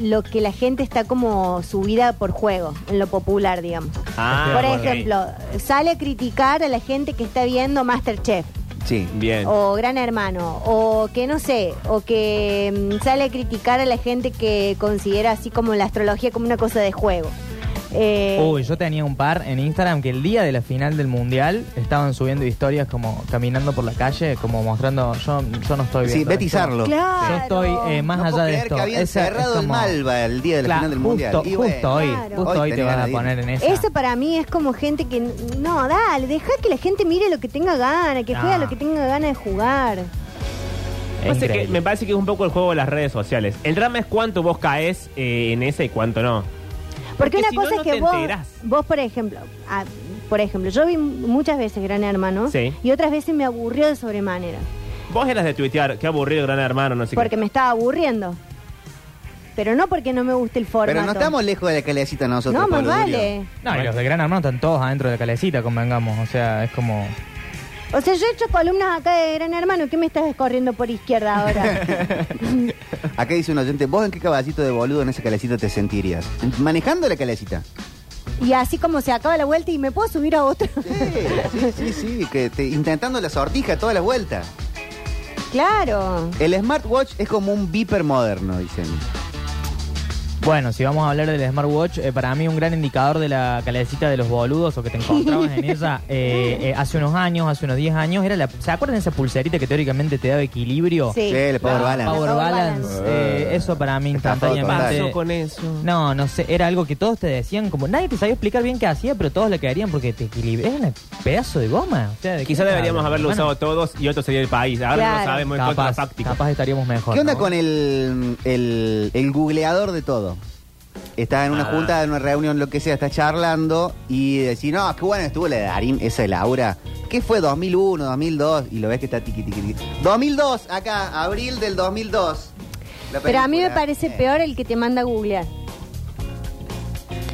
B: lo que la gente está como subida por juego, en lo popular, digamos.
C: Ah,
B: por
C: ok.
B: ejemplo, sale a criticar a la gente que está viendo Masterchef.
A: Sí.
C: Bien.
B: o Gran Hermano, o que no sé, o que mm, sale a criticar a la gente que considera así como la astrología como una cosa de juego. Eh,
D: Uy, yo tenía un par en Instagram que el día de la final del mundial estaban subiendo historias como caminando por la calle, como mostrando yo, yo no estoy bien.
A: Sí, betizarlo.
B: claro.
D: Yo estoy eh, más
A: No
D: allá
A: puedo
D: de
A: creer
D: esto.
A: que habían
D: Esa es
A: cerrado el
D: como-
A: Malva el día de la
D: Claro,
A: final del
D: justo,
A: mundial. Y
D: Justo
A: bueno,
D: hoy,
B: Claro.
D: justo
A: Hoy
D: hoy te
A: tenía
D: van a
A: nadie.
D: poner en esa.
B: Eso para mí es como gente que, no, dale, deja que la gente mire lo que tenga gana, que
D: Ah.
B: juega lo que tenga ganas de jugar.
D: Es
C: Pasa que
D: increíble.
C: me parece que es un poco el juego de las redes sociales. El drama es cuánto vos caes eh, en esa y cuánto no.
B: Porque,
C: Porque
B: una
C: si no,
B: cosa
C: no
B: es que
C: te
B: vos,
C: enterás.
B: vos, por ejemplo, ah, por ejemplo, yo vi muchas veces Gran Hermano
C: Sí.
B: y otras veces me aburrió de sobremanera.
C: Vos eras de tuitear, qué aburrido, gran hermano, no sé
B: Porque
C: qué.
B: me estaba aburriendo. Pero no porque no me guste el formato.
A: Pero no estamos lejos de la calecita nosotros.
B: No, más
A: Pablo Durio.
B: vale.
D: No, y los de Gran Hermano están todos adentro de la calecita, convengamos. O sea, es como...
B: O sea, yo he hecho columnas acá de Gran Hermano. ¿Qué me estás corriendo por izquierda ahora?
A: Acá dice un oyente, ¿vos en qué caballito de boludo en esa calecita te sentirías? Manejando la calecita.
B: y así como se acaba la vuelta y me puedo subir a otro.
A: Sí, sí, sí, sí, que te- intentando la sortija toda la vuelta.
B: Claro.
A: El smartwatch es como un beeper moderno, dicen.
D: Bueno, si vamos a hablar del smartwatch, eh, para mí un gran indicador de la calecita de los boludos o que te encontrabas en ella eh, eh, hace unos años, hace unos 10 años, era la, ¿se acuerdan de esa pulserita que teóricamente te daba equilibrio?
B: Sí.
A: Sí, el Power
D: Ah,
A: Balance.
D: Power
B: Power
D: balance.
B: balance.
D: eh, eso para mí
A: Está todo
D: instantáneamente.
A: total.
C: con eso?
D: No, no sé, era algo que todos te decían, como nadie te sabía explicar bien qué hacía, pero todos le quedarían porque te equilibra. Era un pedazo de goma. O sea, ¿de qué
C: Eh, Quizá
D: me
C: deberíamos
D: hablas,
C: haberlo
D: hermano?
C: usado todos y otro sería el país. Ahora no
B: Claro.
C: lo sabemos, es
D: Capaz,
C: contrafáctico.
D: capaz estaríamos mejor.
A: ¿Qué onda
D: ¿no?
A: con el, el, el googleador de todo? Está en una
C: Ah.
A: junta, en una reunión, lo que sea, está charlando y decís, no, qué bueno estuvo la de Darín, esa de Laura. ¿Qué fue 2001, 2002? Y lo ves que está tiqui, tiqui, tiqui. 2002, acá, abril del 2002. La
B: Pero a mí me
A: película.
B: parece
A: Eh,
B: peor el que te manda a googlear.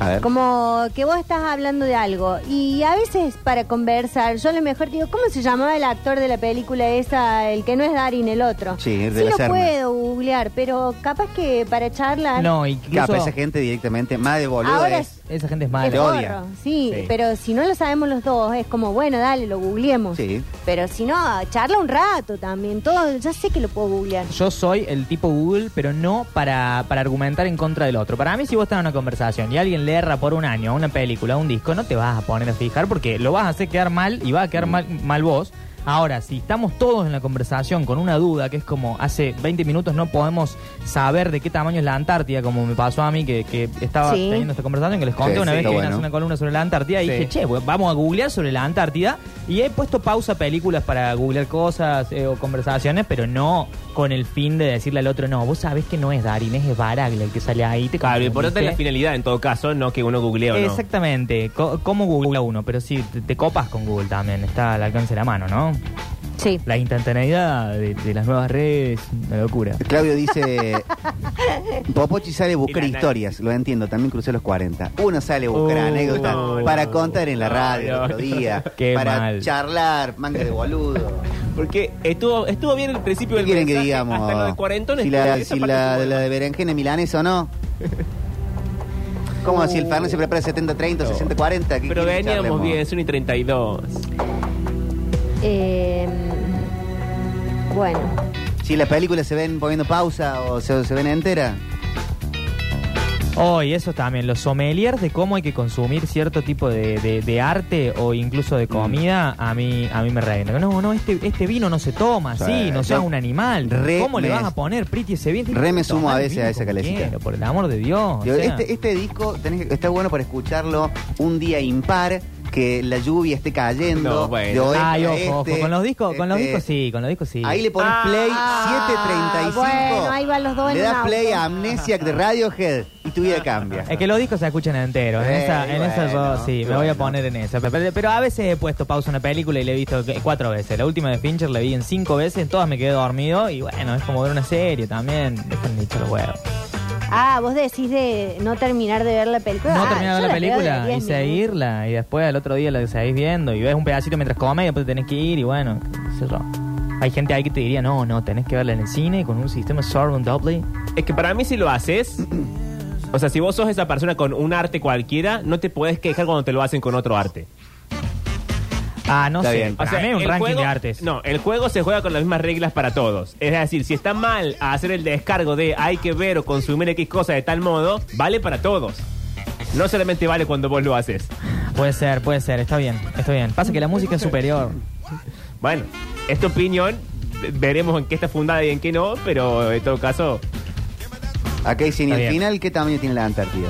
A: A ver.
B: Como que vos estás hablando de algo y a veces para conversar, yo a lo mejor digo, ¿cómo se llamaba el actor de la película esa, el que no es Darín, el otro?
A: Sí, de la
B: lo
A: Serna.
B: puedo googlear, pero capaz que para charlar...
D: No,
A: Claro,
D: incluso
A: pero esa gente directamente, más de boludo
B: Ahora
A: es.
D: esa gente es
B: es
A: te
D: mala.
A: odia.
B: forro, Sí,
C: Sí.
B: pero si no lo sabemos los dos, es como, bueno, dale, lo googleemos.
A: Sí.
B: Pero si no, charla un rato también, todo, ya sé que lo puedo googlear.
D: Yo soy el tipo Google, pero no para, para argumentar en contra del otro. Para mí, si vos estás en una conversación y alguien le erra por un año a una película, a un disco, no te vas a poner a fijar porque lo vas a hacer quedar mal y va a quedar mal, mal vos. Ahora, si estamos todos en la conversación con una duda, que es como hace 20 minutos no podemos saber de qué tamaño es la Antártida, como me pasó a mí que, que estaba
B: Sí.
D: teniendo esta conversación, que les conté
A: Sí,
D: una
A: sí,
D: vez
A: está
D: que vine a
A: bueno.
D: hacer una columna sobre la Antártida y
C: Sí.
D: dije, che, pues, vamos a googlear sobre la Antártida y he puesto pausa películas para googlear cosas eh, o conversaciones, pero no con el fin de decirle al otro, no, vos sabés que no es Darín, es Baraglia el que sale ahí. Te
C: Claro, lo importante es la
D: confundiste".
C: finalidad en todo caso, no que uno googlea o no.
D: Exactamente, co- cómo googlea uno, pero sí, te, te copas con Google también, está al alcance de la mano, ¿no?
B: Sí.
D: La instantaneidad de, de las nuevas redes, una locura.
A: Claro. Claudio dice, Popochi sale a buscar
C: Mira, na-
A: historias, lo entiendo, también crucé los 40. Uno sale a buscar
D: Uh,
A: anécdotas
D: no,
A: para
D: no.
A: contar en la radio
C: No,
A: el otro
C: no.
A: día,
D: Qué
A: para
D: mal.
A: charlar, manga de boludo.
C: Porque estuvo, estuvo bien el principio
A: ¿Qué
C: del
A: quieren que
C: mensaje,
A: digamos?
C: Hasta lo de cuarentones.
A: si la, si la- la de berenjena milanesa o no. ¿Cómo? Si el Fernet se prepara 70-30 o 60-40. ¿qué
C: Pero
A: quieren que
C: veníamos
A: charlemos?
C: bien, es 1 y 32.
B: Eh, bueno,
A: Si las películas se ven poniendo pausa o se, se ven entera.
D: Hoy, Oh, eso también, los sommeliers de cómo hay que consumir cierto tipo de, de- de arte o incluso
A: Mm.
D: de comida, a mí a mí me revienta. No, no, este, este vino no se toma
A: Sí,
D: así, no seas
A: yo
D: un animal.
A: re
D: ¿Cómo le
A: me-
D: vas a poner, Priti, ese vino?
A: re me sumo a
D: Tomá el
A: veces
D: vino
A: a esa
D: como
A: calecita.
D: quiera, Por el amor de Dios. o
A: Digo,
D: sea.
A: este, este disco tenés que- está bueno para escucharlo un día impar, que la lluvia esté cayendo.
C: No, bueno.
A: de oeste a
D: Ay, ojo, ojo,
A: este,
D: Con los discos, con los
A: este,
D: discos sí, con los discos sí.
A: Ahí le pones
C: Ah,
A: play 735.
B: bueno, ahí van los dos en
A: Le
B: un
A: das
B: auto.
A: play a Amnesiac de Radiohead y tu vida cambia.
D: Ah, Es que los discos se escuchan enteros. En
A: Eh,
D: esa, en esa
A: bueno,
D: yo sí, me
A: bueno.
D: voy a poner en esa. Pero, pero a veces he puesto pausa a una película y la he visto que- cuatro veces. La última de Fincher la vi en cinco veces, todas me quedé dormido. Y bueno, es como ver una serie también. Dejen de echar los huevos.
B: ah, vos decís de no terminar de ver la película.
D: No
B: Ah,
D: terminar
B: yo
D: la
B: veo de
D: película
B: 10
D: y
B: minutos.
D: seguirla. Y después al otro día la seguís viendo. Y ves un pedacito mientras comes y después tenés que ir. Y bueno, qué sé yo. Hay gente ahí que te diría, no, no, tenés que verla en el cine con un sistema Sorbon Double.
C: Es que para mí si lo haces, o sea, si vos sos esa persona con un arte cualquiera, no te puedes quejar cuando te lo hacen con otro arte.
D: Ah, no
A: Está
D: sé.
A: bien.
C: O
D: Para
C: sea,
D: mí es un
C: el
D: ranking
C: juego-
D: de artes.
C: No, el juego se juega con las mismas reglas para todos. Es decir, si está mal a hacer el descargo de hay que ver o consumir X cosa de tal modo, vale para todos. No solamente vale cuando vos lo haces.
D: Puede ser, puede ser. Está bien, está bien. Pasa que la música es superior.
C: Bueno, esta opinión ve- veremos en qué está fundada y en qué no, pero en todo caso,
A: Acá dicen, ¿y
D: Está
A: el
D: bien.
A: final qué tamaño tiene la Antártida?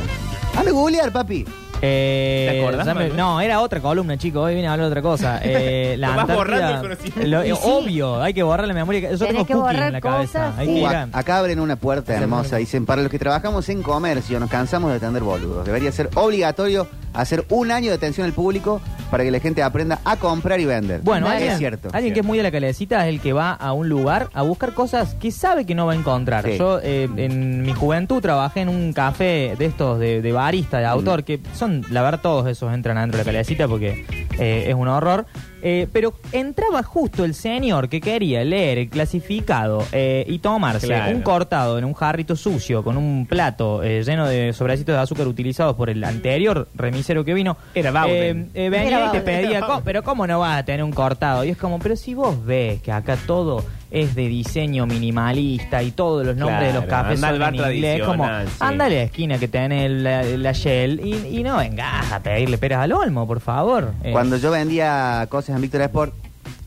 A: Anda a googlear, papi.
D: Eh,
C: ¿Te acordás,
D: ya me-
C: Manuel?
D: no, era otra columna, chicos. Hoy vine a hablar de otra cosa. Eh, la
C: Lo vas
D: Antártida-
C: borrando el conocimiento.
D: lo- eh,
B: Y sí.
D: Obvio, hay que borrar la memoria. Yo
B: Tenés
D: tengo
B: que
D: cookie
B: borrar
D: en la cabeza.
B: cosas,
D: hay
B: sí.
D: que
A: Uh,
D: ir
A: a-
D: a-
A: acá abren una puerta
D: Ese
A: hermosa.
D: es
A: Dicen, para los que trabajamos en comercio, nos cansamos de atender boludos. Debería ser obligatorio hacer un año de atención al público para que la gente aprenda a comprar y vender.
D: Bueno,
A: es
D: alguien,
A: cierto.
D: alguien que es muy de la calecita es el que va a un lugar a buscar cosas que sabe que no va a encontrar.
A: Sí.
D: Yo eh, en mi juventud trabajé en un café de estos de, de
A: Mm.
D: barista, de autor, que son, la verdad, todos esos entran adentro de la calecita porque eh, es un horror. Eh, pero entraba justo el señor que quería leer el clasificado eh, y tomarse
C: Claro.
D: un cortado en un jarrito sucio con un plato eh, lleno de sobracitos de azúcar utilizados por el anterior remisero que vino.
C: Era Baude.
D: Eh, eh, venía
B: Era
D: y te
B: Baude.
D: pedía, "Co- pero ¿cómo no vas a tener un cortado? Y es como, pero si vos ves que acá todo es de diseño minimalista y todos los nombres de los
C: Claro,
D: cafés
C: anda al
D: son
C: bar
D: en inglés, como,
C: tradicional, sí.
D: ándale a la esquina que tenés la, la Shell y, y no vengas a pedirle peras al olmo, por favor. Eh,
A: Cuando yo vendía cosas en Victoria Sport,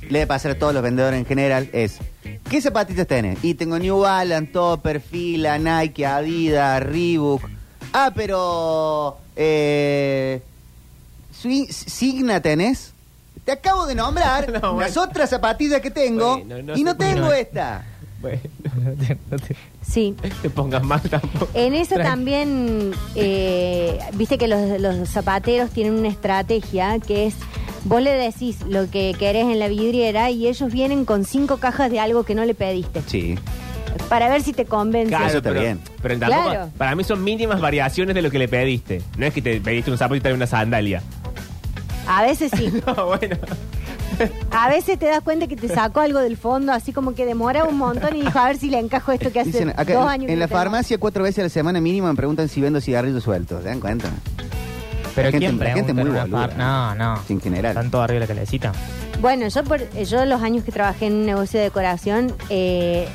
A: le de pasar a todos los vendedores en general es ¿qué zapatillas tenés? Y tengo New Balance, Topper, Fila, Nike, Adidas, Reebok. Ah, pero eh, Swi- Signa tenés. Te acabo de nombrar
C: No, bueno.
A: las otras zapatillas que tengo
C: Bueno, no
A: y no
C: se-
A: tengo
D: bueno.
A: esta.
C: Bueno,
D: No te- no te-
B: Sí.
C: te pongas mal tampoco.
B: En eso
D: Tranqui.
B: también, eh, viste que los, los zapateros tienen una estrategia que es, vos le decís lo que querés en la vidriera y ellos vienen con cinco cajas de algo que no le pediste,
A: Sí.
B: para ver si te convence.
A: Claro, eso está
C: pero,
A: bien.
C: pero tampoco-
B: Claro.
C: para mí son mínimas variaciones de lo que le pediste. No es que te pediste un zapato y trae una sandalia.
B: A veces sí.
C: No, bueno.
B: A veces te das cuenta que te sacó algo del fondo, así como que demoraba un montón y dijo, a ver si le encajo esto que hace
A: Dicen, acá,
B: dos
A: en-
B: años. que
A: en la
B: no tengo".
A: farmacia cuatro veces a la semana mínimo me preguntan si vendo cigarrillos sueltos. ¿Se dan cuenta?
D: Pero
A: La gente-
D: ¿quién
A: la gente
D: pregunta
A: muy
D: en una
A: boluda. ¿eh?
D: par- No, no.
A: En general.
D: Están todos arriba de la calecita.
B: Bueno, yo, por, yo los años que trabajé en un negocio de decoración eh,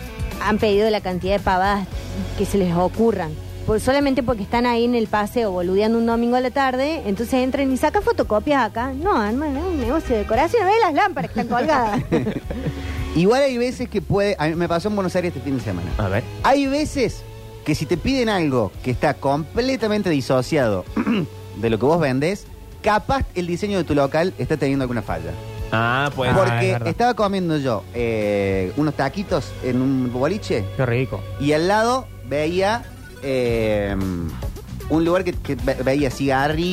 B: han pedido la cantidad de pavadas que se les ocurran. Por- solamente porque están ahí en el paseo boludeando un domingo a la tarde, entonces entran y sacan fotocopias acá. No, hermano, es un negocio de decoración, ve las lámparas que están colgadas.
A: Igual hay veces que puede. a mí me pasó en Buenos Aires este fin de semana.
C: A ver.
A: Hay veces que si te piden algo que está completamente disociado de lo que vos vendés, capaz el diseño de tu local está teniendo alguna falla.
C: Ah, pues.
D: Por- es
A: Porque
D: verdad.
A: estaba comiendo yo eh, unos taquitos en un boliche
D: Qué rico.
A: y al lado veía eh, un lugar que, que ve- veía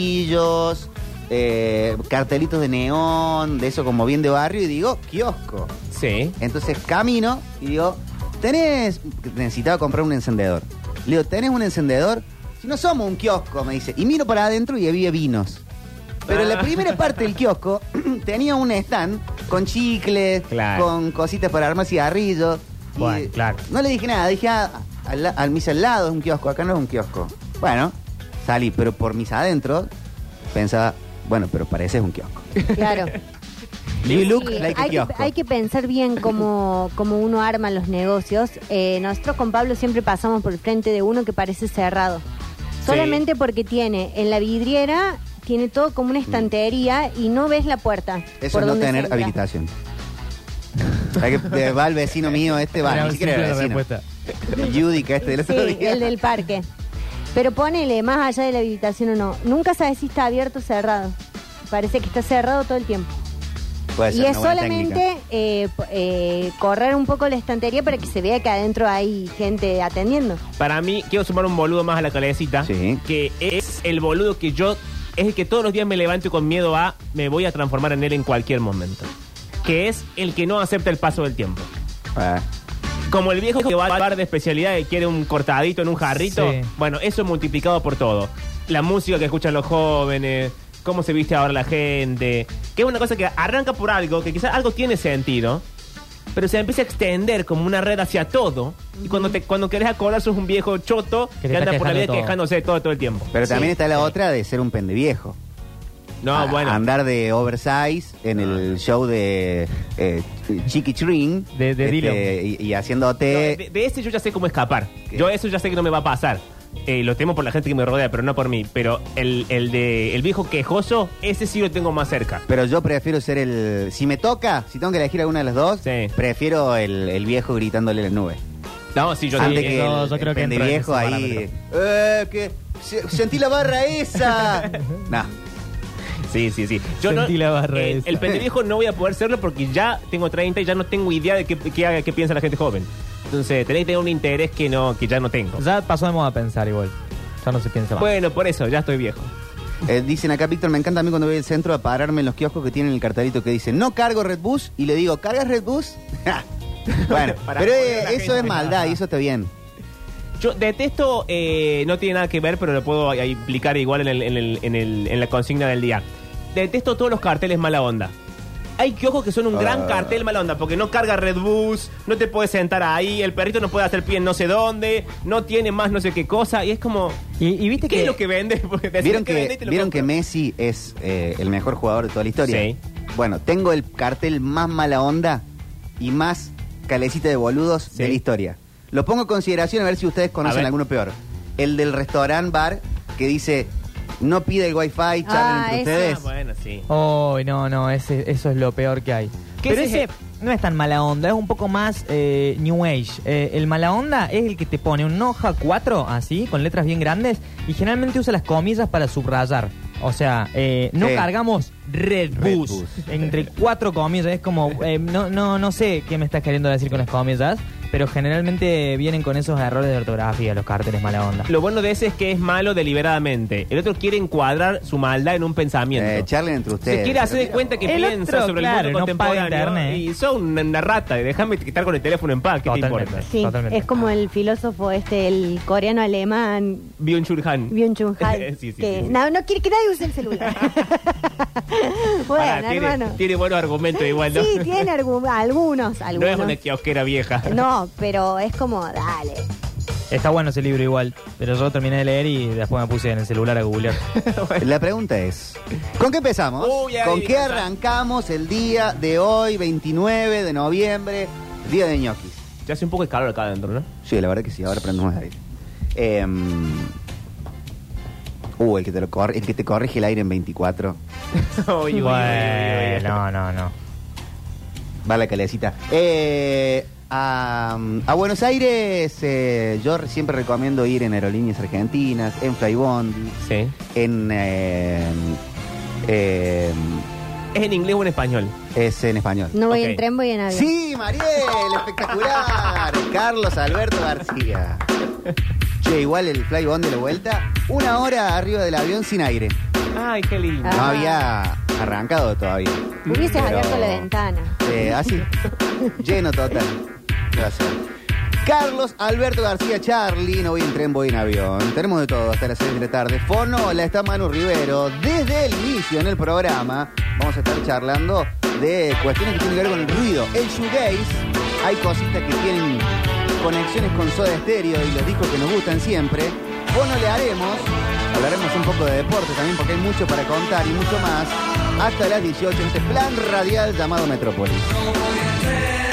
A: cigarrillos, eh, cartelitos de neón, de eso como bien de barrio, y digo, kiosco.
C: Sí.
A: Entonces camino y digo, tenés, necesitaba comprar un encendedor. Le digo, ¿tenés un encendedor? Si no somos un kiosco, me dice. Y miro para adentro y había vinos. Pero en la
C: Ah.
A: primera parte del kiosco tenía un stand con chicles,
C: Claro.
A: con cositas para armar cigarrillos. Y
D: Bueno, claro.
A: No le dije nada, dije, ah, al, la- al mis al lado es un kiosco, acá no es un kiosco. Bueno, salí, pero por mis adentros pensaba, bueno, pero parece un kiosco.
B: Claro.
A: You look
B: Sí,
A: like a
B: hay, que,
A: kiosco.
B: hay que pensar bien cómo, cómo uno arma los negocios. Eh, nosotros con Pablo siempre pasamos por el frente de uno que parece cerrado. Solamente porque tiene en la vidriera, tiene todo como una estantería y no ves la puerta.
A: Mm. Eso
B: por
A: es no
B: donde se
A: tener
B: entra.
A: habilitación. Hay que- eh, va el vecino mío, este va,
D: Era
A: ni
D: un
A: siquiera
D: simple
A: era vecino.
D: respuesta.
A: Judica, este del otro
B: Sí,
A: día.
B: el del parque. Pero ponele, más allá de la habilitación o no, nunca sabes si está abierto o cerrado. Parece que está cerrado todo el tiempo.
A: Puede ser
B: Y
A: una
B: es
A: buena técnica.
B: solamente eh, po- eh, correr un poco la estantería para que se vea que adentro hay gente atendiendo.
C: Para mí, quiero sumar un boludo más a la calecita.
A: Sí.
C: Que es el boludo que yo. Es el que todos los días me levanto y con miedo a. Me voy a transformar en él en cualquier momento. Que es el que no acepta el paso del tiempo.
A: Ah,
C: Como el viejo que va al bar de especialidad y quiere un cortadito en un jarrito.
D: Sí.
C: Bueno, eso multiplicado por todo. La música que escuchan los jóvenes, cómo se viste ahora la gente. Que es una cosa que arranca por algo, que quizás algo tiene sentido, pero se empieza a extender como una red hacia todo. Y cuando te cuando querés acordar, sos un viejo choto
D: te
C: que,
D: está
C: anda por la
D: quejando
C: vida
D: todo.
C: quejándose de todo, todo el tiempo.
A: Pero también está la otra de ser un pendeviejo.
C: No,
A: A-
C: bueno.
A: Andar de oversize en el show de eh, Chiqui Chring.
D: De- de Dillon.
A: y, y
D: Eh,
A: haciéndote...
C: No, de, de ese yo ya sé cómo escapar.
A: ¿Qué?
C: Yo eso ya sé que no me va a pasar. Eh, lo temo por la gente que me rodea, pero no por mí. Pero el, el de el viejo quejoso, ese sí lo tengo más cerca.
A: Pero yo prefiero ser el... Si me toca, si tengo que elegir alguna de las dos,
C: Sí.
A: prefiero el, el viejo gritándole a la nube.
C: No, sí, yo
A: Antes
C: sí,
A: que
C: eh,
D: yo-
A: el,
D: yo creo
A: el
D: que entro en
A: pendeviejo
D: ese
A: ahí... Eh, que... se- Sentí la barra esa. no.
C: Sí, sí, sí. Yo
D: Sentí
C: no,
D: la barra
C: el,
D: esa.
C: el pendejo no voy a poder serlo porque ya tengo 30 y ya no tengo idea de qué, qué- qué piensa la gente joven. Entonces, tenéis que tener un interés que no que ya no tengo.
D: Ya pasó de moda pensar igual. Ya no se piensa
A: Pues,
D: más.
C: Bueno, por eso, ya estoy viejo.
A: Eh, dicen acá, Víctor, me encanta a mí cuando voy al centro a pararme en los kioscos que tienen el cartelito que dice no cargo Red Bus y le digo, ¿cargas Red Bus? Ja. bueno,
C: Para
A: pero
C: joder a
A: eh,
C: la
A: eso
C: gente.
A: es maldad y eso está bien.
C: Yo detesto, eh, no tiene nada que ver, pero lo puedo eh, implicar igual en, el- en el- en el- en la consigna del día. Detesto todos los carteles mala onda. Hay kioscos que son un gran
A: Ah.
C: cartel mala onda, porque no carga Redbus, no te puedes sentar ahí, el perrito no puede hacer pie en no sé dónde, no tiene más no sé qué cosa, y es como,
D: Y, y viste
C: ¿qué,
D: que,
C: es lo que vende? Porque te
A: ¿Vieron
C: decís, "¿Qué vende?"
A: que,
C: y te lo
A: ¿vieron que
C: compro.
A: Messi es eh, el mejor jugador de toda la historia?
C: Sí.
A: Bueno, tengo el cartel más mala onda y más calecita de boludos
C: Sí.
A: de la historia. Lo pongo en consideración a ver si ustedes
C: A
A: conocen
C: ver.
A: alguno peor. El del restaurant bar que dice, no pide el wifi, charlen
B: Ah,
A: entre
B: ese.
A: ustedes.
C: Ah, bueno, sí.
D: Oh, no, no, ese, eso es lo peor que hay.
C: ¿Qué
D: Pero
C: es
D: ese
C: ese?
D: no es tan mala onda, es un poco más eh, New Age. Eh, el mala onda es el que te pone un hoja 4, así, con letras bien grandes, y generalmente usa las comillas para subrayar. O sea, eh, no
A: Sí.
D: cargamos Red
A: Red
D: Bus,
A: Bus.
D: entre cuatro comillas. Es como, eh, no, no, no sé qué me estás queriendo decir con las comillas, pero generalmente vienen con esos errores de ortografía los carteles mala onda.
C: Lo bueno de ese es que es malo deliberadamente. El otro quiere encuadrar su maldad en un pensamiento.
A: Eh, charlen entre ustedes.
C: Se quiere hacer de
A: Pero-
C: cuenta que
D: El
C: piensa
D: otro,
C: sobre
D: claro,
C: el
D: no
C: mundo
D: paga
C: contemporáneo
D: internet.
C: y son una rata. Déjame quitar con el teléfono en paz, ¿qué
D: Totalmente.
C: te importa?
B: Sí,
D: Totalmente.
B: es como el filósofo este, el coreano alemán
C: Byung Chul Han.
B: Byung Chun Han,
C: Sí, sí,
B: que
C: sí, sí.
B: no, no quiere que nadie use el celular. bueno,
C: Pará, tiene,
B: hermano.
C: tiene buenos argumentos igual, ¿no?
B: Sí, tiene argu- algunos,
C: no
B: algunos.
C: es una kiosquera vieja.
B: No, pero es como, dale.
D: Está bueno ese libro igual, pero yo terminé de leer y después me puse en el celular a googlear.
A: La pregunta es, ¿con qué empezamos?
C: Uy, ahí
A: ¿Con qué
C: empezamos.
A: arrancamos el día de hoy, 29 de noviembre, día de ñoquis?
C: Ya hace un poco de calor acá adentro, ¿no?
A: Sí, la verdad que sí, ahora prendemos el aire. Em, uh, el que, te lo cor- el que te corrige el aire en 24.
C: Uy, uy, uy, uy, uy.
D: Bueno, no, no, no.
A: Va la calecita. Eh, a, a Buenos Aires eh, yo re- siempre recomiendo ir en aerolíneas argentinas, en Flybondi,
C: Sí.
A: en... em, em,
C: ¿Es en inglés o en español?
A: es en español.
B: No voy
C: Ok.
B: en tren, voy en avión.
A: Sí, Mariel, espectacular. Carlos Alberto García. Che, igual el flybond de la vuelta, una hora arriba del avión sin aire.
C: Ay, qué lindo.
A: No
B: Ah.
A: había arrancado todavía.
B: Hubieses
A: Pero-
B: abierto la ventana.
A: Eh, así, lleno total. Gracias. Carlos Alberto García Charlie, no voy en tren, voy en avión. Tenemos de todo hasta las 6 de la tarde. Fono, la está Manu Rivero. Desde el inicio en el programa vamos a estar charlando de cuestiones que tienen que ver con el ruido. El shoegaze, hay cositas que tienen conexiones con Soda Stereo y los discos que nos gustan siempre. Fono le haremos, hablaremos un poco de deporte también porque hay mucho para contar y mucho más. Hasta las 18 en este plan radial llamado Metrópolis.